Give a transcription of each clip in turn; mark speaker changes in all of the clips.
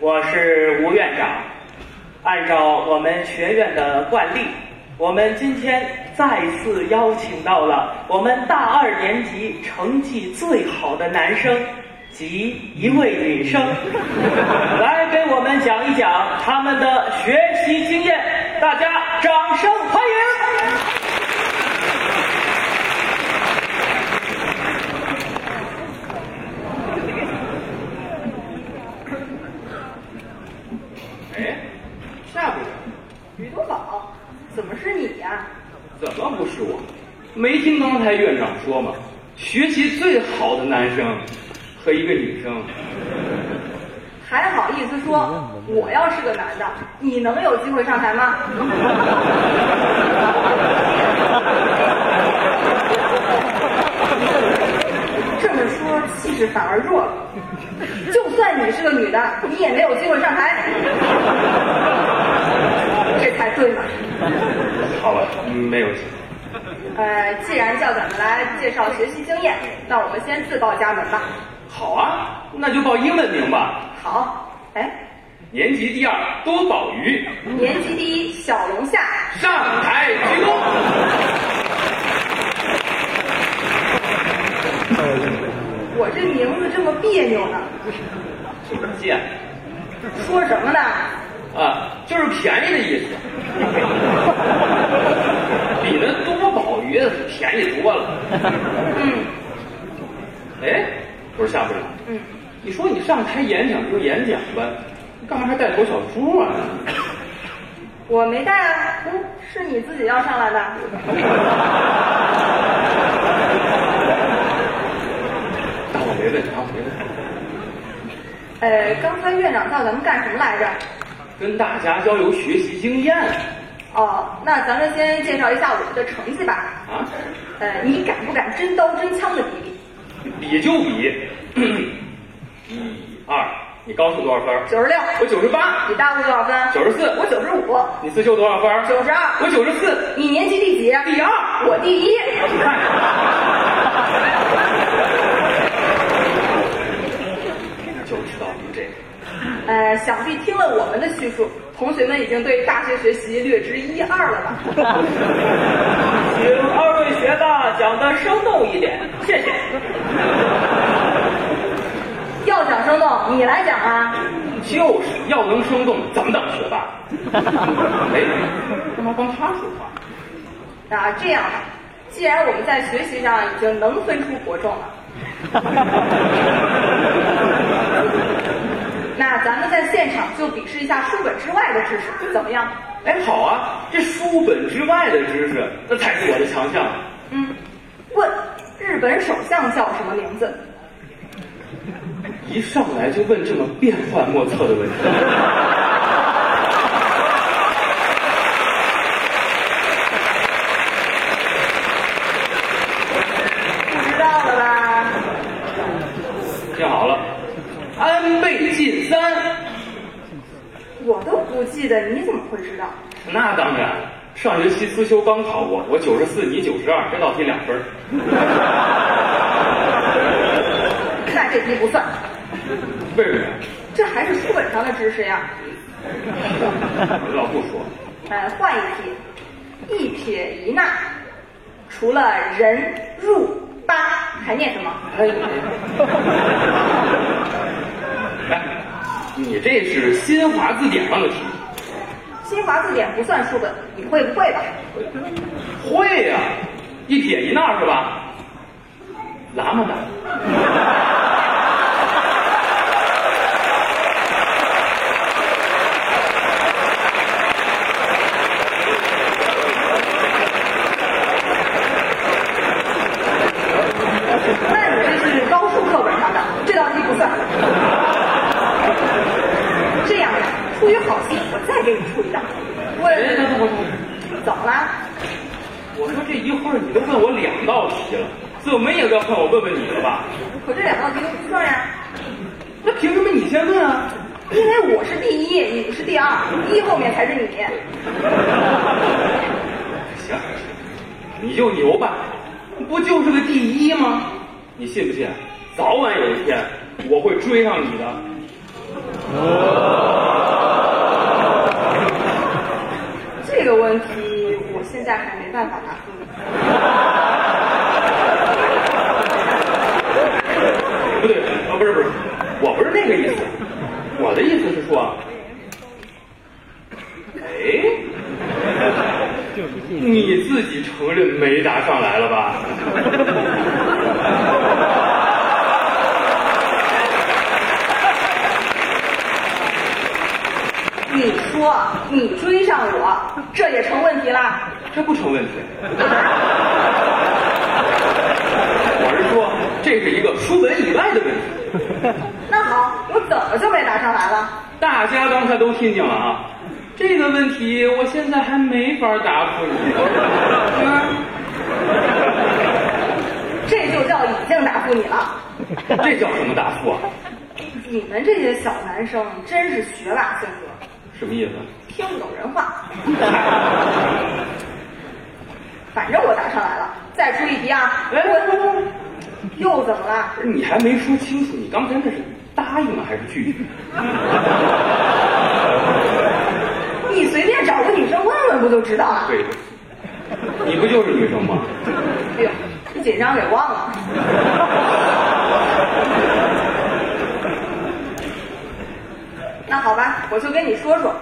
Speaker 1: 我是吴院长。按照我们学院的惯例，我们今天再次邀请到了我们大二年级成绩最好的男生及一位女生，来给我们讲一讲他们的学习经验。大家掌声欢迎！
Speaker 2: 哎，下面
Speaker 3: 吕东宝，怎么是你呀、
Speaker 2: 怎么不是我？没听刚才院长说吗？学习最好的男生和一个女生，
Speaker 3: 还好意思说我要是个男的，你能有机会上台吗？这么说气质反而弱了。就算你是个女的，你也没有机会上台，这才对嘛。
Speaker 2: 好了，嗯没有钱。
Speaker 3: 呃，既然叫咱们来介绍学习经验，那我们先自报家门吧。
Speaker 2: 好啊，那就报英文名吧，
Speaker 3: 好，哎，
Speaker 2: 年级第二多宝鱼，
Speaker 3: 年级第一小龙虾。
Speaker 2: 上台鞠躬。
Speaker 3: 我这名字这么别扭呢，
Speaker 2: 这个贱
Speaker 3: 说什么呢？
Speaker 2: 啊，就是便宜的意思，比那多宝鱼便宜多了。
Speaker 3: 嗯
Speaker 2: 哎，不是夏部长，
Speaker 3: 嗯，
Speaker 2: 你说你上台演讲就演讲吧，你干嘛还带头小猪啊？
Speaker 3: 我没带啊，嗯，是你自己要上来的。
Speaker 2: 那我没问，那我没问，
Speaker 3: 呃，刚才院长叫咱们干什么来着？
Speaker 2: 跟大家交流学习经验
Speaker 3: 哦，那咱们先介绍一下我们的成绩吧。
Speaker 2: 啊，
Speaker 3: 呃，你敢不敢真刀真枪的比比？
Speaker 2: 比就比，一二，你高数多少分儿？
Speaker 3: 九十六，
Speaker 2: 我九十八，
Speaker 3: 你大我多少分？
Speaker 2: 九十四，
Speaker 3: 我九十五，
Speaker 2: 你四舅多少分儿？
Speaker 3: 九十二。
Speaker 2: 我九十四，
Speaker 3: 你年级第几？啊
Speaker 2: 第二。
Speaker 3: 我第一。
Speaker 2: 就知道你这个，
Speaker 3: 呃，想必听了我们的叙述，同学们已经对大学学习略知一二了吧？
Speaker 1: 请二位学霸讲得生动一点，谢谢。
Speaker 3: 要讲生动，你来讲啊！
Speaker 2: 就是要能生动，怎么当学霸？哎，干嘛帮他说话？
Speaker 3: 啊，这样吧，既然我们在学习上已经能分出伯仲了，那咱们在现场就比试一下书本之外的知识，怎么样？
Speaker 2: 哎，好啊，这书本之外的知识，那才是我的强项。
Speaker 3: 嗯，问日本首相叫什么名字？
Speaker 2: 一上来就问这么变幻莫测的问题，
Speaker 3: 不知道了吧？
Speaker 2: 听好了，安倍晋三，
Speaker 3: 我都不记得，你怎么会知道？
Speaker 2: 那当然，上学期思修刚考过，我九十四，你九十二，这道题两分儿。
Speaker 3: 那这题不算，
Speaker 2: 为什么呀？
Speaker 3: 这还是书本上的知识呀。
Speaker 2: 我老不说，
Speaker 3: 呃，换一题，一撇一捺，除了人入八，还念什么？
Speaker 2: 哎，哎，你这是新华字典上的题，
Speaker 3: 新华字典不算书本，你会不会吧？
Speaker 2: 会呀、一撇一捺是吧？喇嘛的。
Speaker 3: 那你这是高数课本上的，这道题不算。这样吧，出于好心，我再给你出一道。
Speaker 2: 哎，等
Speaker 3: 问
Speaker 2: 等我我
Speaker 3: 怎么了？
Speaker 2: 我说这一会儿你都问我两道题了，怎么也该换我问问你了吧？
Speaker 3: 可这两道题都不算呀，
Speaker 2: 那凭什么你先问啊？
Speaker 3: 因为我是第一，你是第二，一后面才是你。
Speaker 2: 行，你就牛吧，不就是个第一吗？你信不信？早晚有一天我会追上你的。
Speaker 3: 办法答复你。
Speaker 2: 不对，啊，不是不是，我不是那个意思，我的意思是说，哎， 你自己承认没答上来了吧？
Speaker 3: 你说你追上我，这也成问题了。
Speaker 2: 这不成问题。我是说，这是一个书本以外的问题。
Speaker 3: 那好，我怎么就没答上来了？
Speaker 2: 大家刚才都听见了啊，这个问题我现在还没法答复你。
Speaker 3: 这就叫已经答复你了。
Speaker 2: 这叫什么答复啊？
Speaker 3: 你们这些小男生真是学霸性格，
Speaker 2: 什么意思？
Speaker 3: 听不懂人话。 反正我答上来了，再出一题啊！
Speaker 2: 哎，不不不，
Speaker 3: 又怎么了？
Speaker 2: 不是你还没说清楚，你刚才那是答应了还是拒绝？
Speaker 3: 你随便找个女生问问不就知道了？
Speaker 2: 对，你不就是女生吗？
Speaker 3: 哎呦，一紧张给忘了。 那好吧，我就跟你说说，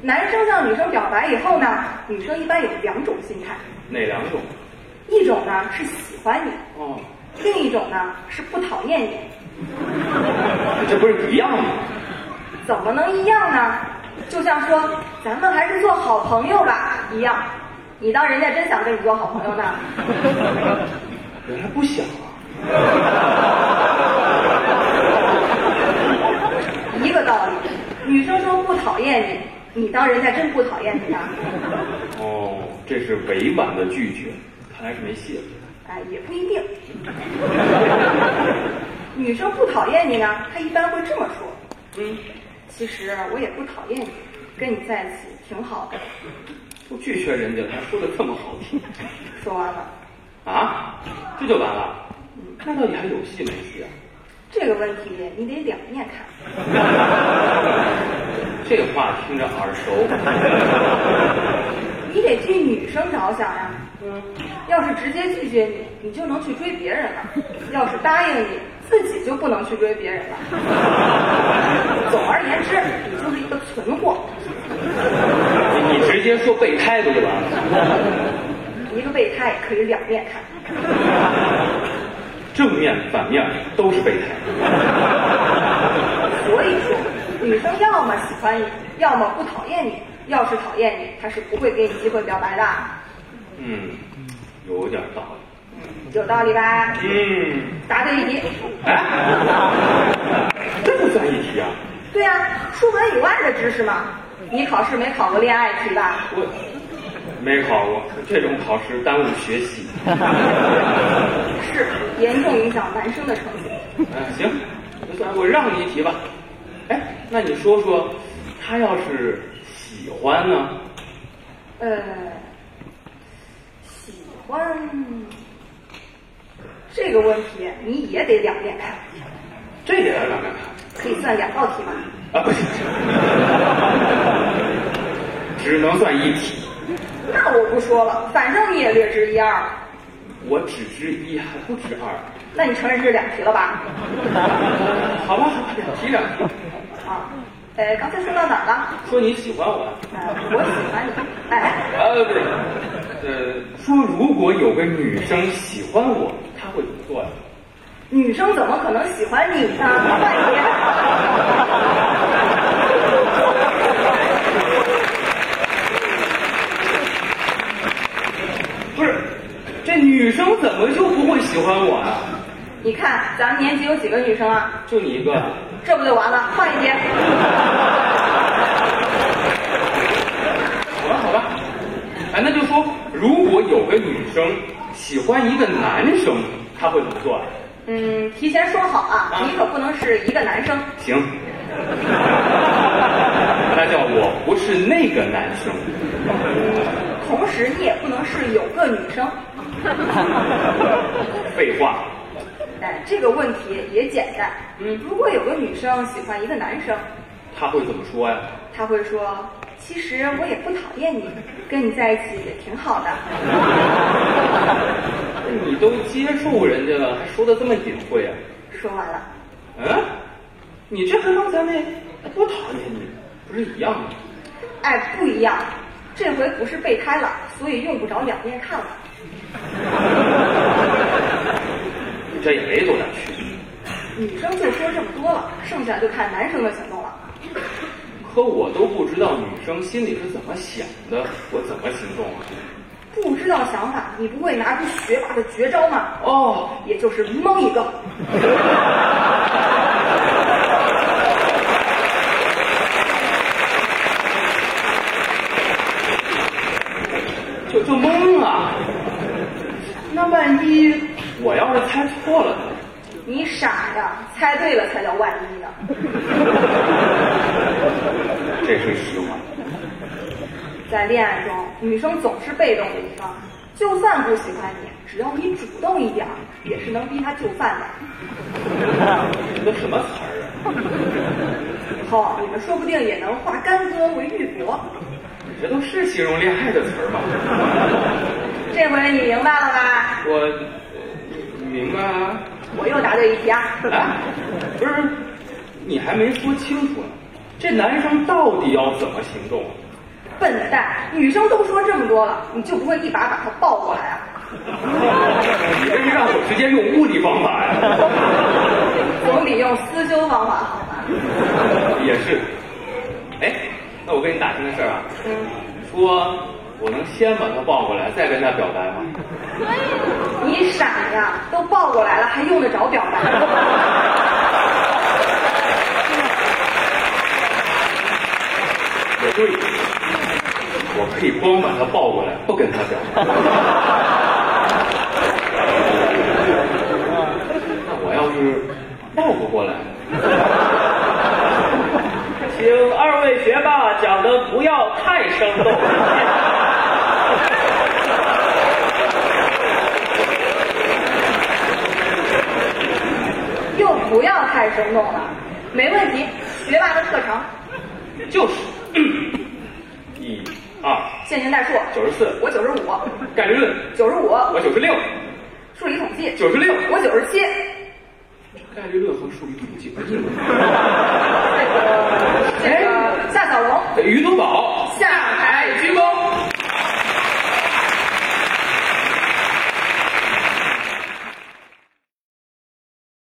Speaker 3: 男生向女生表白以后呢，女生一般有两种心态，
Speaker 2: 哪两种？
Speaker 3: 一种呢是喜欢你，
Speaker 2: 哦，
Speaker 3: 另一种呢是不讨厌你，
Speaker 2: 这不是一样吗？
Speaker 3: 怎么能一样呢？就像说咱们还是做好朋友吧一样，你当人家真想跟你做好朋友呢？
Speaker 2: 原来不想啊。
Speaker 3: 一个道理。女生说不讨厌你，你当人家真不讨厌你啊？
Speaker 2: 哦，这是委婉的拒绝，看来是没戏了。
Speaker 3: 哎，也不一定。女生不讨厌你呢，她一般会这么说：
Speaker 2: 嗯，
Speaker 3: 其实我也不讨厌你，跟你在一起挺好的。
Speaker 2: 都拒绝人家了，还说的这么好听
Speaker 3: 说完了，
Speaker 2: 啊？这就完了？那到底还有戏没戏啊？
Speaker 3: 这个问题你得两面看。
Speaker 2: 这话听着耳熟。
Speaker 3: 你得替女生着想呀。嗯，要是直接拒绝你，你就能去追别人了；要是答应你，自己就不能去追别人了。总而言之，你就是一个存货，
Speaker 2: 你你直接说备胎不就完了？
Speaker 3: 一个备胎可以两面看。
Speaker 2: 正面反面都是备胎。
Speaker 3: 所以说，女生要么喜欢你，要么不讨厌你。要是讨厌你，她是不会给你机会表白的。
Speaker 2: 嗯，有点道理。
Speaker 3: 有道理吧？
Speaker 2: 嗯，
Speaker 3: 答对一题。
Speaker 2: 哎，这不算一题啊！
Speaker 3: 对呀、书本以外的知识嘛。你考试没考过恋爱题吧？
Speaker 2: 我没考过，这种考试耽误学习。
Speaker 3: 是严重影响男生的成绩。
Speaker 2: 哎，行，那算我让你一题吧。哎，那你说说，他要是喜欢呢？
Speaker 3: 呃，喜欢这个问题你也得两面看，
Speaker 2: 这也要让人看
Speaker 3: 可以算两道题吧？
Speaker 2: 啊？不行， 只能算一题。
Speaker 3: 那我不说了，反正你也略知一二。
Speaker 2: 我只知一，还不知二。
Speaker 3: 那你承认这是两题了吧？
Speaker 2: 好吧，好吧，两题两题。
Speaker 3: 啊，呃，刚才说到哪儿了？
Speaker 2: 说你喜欢我，
Speaker 3: 呃，我喜欢你。哎，
Speaker 2: 呃，不是，呃，说如果有个女生喜欢我，她会怎么做呀？
Speaker 3: 女生怎么可能喜欢你呢？换题。
Speaker 2: 不是，这女生怎么就不会喜欢我呢、
Speaker 3: 你看咱们年级有几个女生啊？
Speaker 2: 就你一个。
Speaker 3: 这不就完了？换一题。
Speaker 2: 好吧，好吧，哎，那就说，如果有个女生喜欢一个男生，她会怎么做啊？
Speaker 3: 嗯，提前说好啊，
Speaker 2: 啊
Speaker 3: 你可不能是一个男生。
Speaker 2: 行， 那叫我不是那个男生，
Speaker 3: 同时，你也不能是有个女生。
Speaker 2: 废话，
Speaker 3: 哎，这个问题也简单。
Speaker 2: 嗯
Speaker 3: 如果有个女生喜欢一个男生，
Speaker 2: 他会怎么说呀？
Speaker 3: 她会说：“其实我也不讨厌你，跟你在一起也挺好的。
Speaker 2: 你都接触人家了，还说的这么隐晦啊？
Speaker 3: 说完了，
Speaker 2: 嗯，你这和刚才那不讨厌你不是一样吗？
Speaker 3: 哎，不一样，这回不是备胎了，所以用不着两面看了。
Speaker 2: 你这也没多大区别。
Speaker 3: 女生就说这么多了，剩下就看男生的行动了。
Speaker 2: 可我都不知道女生心里是怎么想的，我怎么行动啊？
Speaker 3: 不知道想法，你不会拿出学霸的绝招吗？
Speaker 2: 哦，
Speaker 3: 也就是蒙一个。
Speaker 2: 就就懵了。那
Speaker 3: 哎
Speaker 2: 万一我要是猜错了呢？
Speaker 3: 你傻呀，猜对了 才叫万一呢。
Speaker 2: 这是实话。
Speaker 3: 在恋爱中，女生总是被动的一方，就算不喜欢你，只要你主动一点儿，也是能逼她就范的。
Speaker 2: 你都什么词儿啊？
Speaker 3: 以后你们说不定也能化干戈为玉帛。
Speaker 2: 你这都是形容恋爱的词儿吗？
Speaker 3: 这回你明白了吧？
Speaker 2: 我呃明白啊。
Speaker 3: 我又答对一题啊！
Speaker 2: 啊，不是，你还没说清楚呢，这男生到底要怎么行动啊？
Speaker 3: 笨蛋，女生都说这么多了，你就不会一把把她抱过来啊？
Speaker 2: 你这是让我直接用物理方法呀、
Speaker 3: 总比用思修方法好吧？
Speaker 2: 也是。哎，那我跟你打听个事儿啊，
Speaker 3: 嗯，
Speaker 2: 说我能先把他抱过来，再跟他表白吗？
Speaker 3: 你傻呀，都抱过来了，还用得着表白吗？
Speaker 2: 也对，我可以光把他抱过来，不跟他表白。那我要是抱不过来，
Speaker 1: 请二位学霸讲的不要太生动。
Speaker 3: 又不要太生动了，没问题，学霸的特长，
Speaker 2: 就是 一二
Speaker 3: 线性代数，
Speaker 2: 九十四，
Speaker 3: 我九十五，
Speaker 2: 概率论
Speaker 3: 九十五，
Speaker 2: 我九十六，
Speaker 3: 数理统计，
Speaker 2: 九十六，
Speaker 3: 我九十七，
Speaker 2: 概率论和数理统计不是一模一样。
Speaker 3: 这个这个夏小龙，
Speaker 2: 哎于东宝，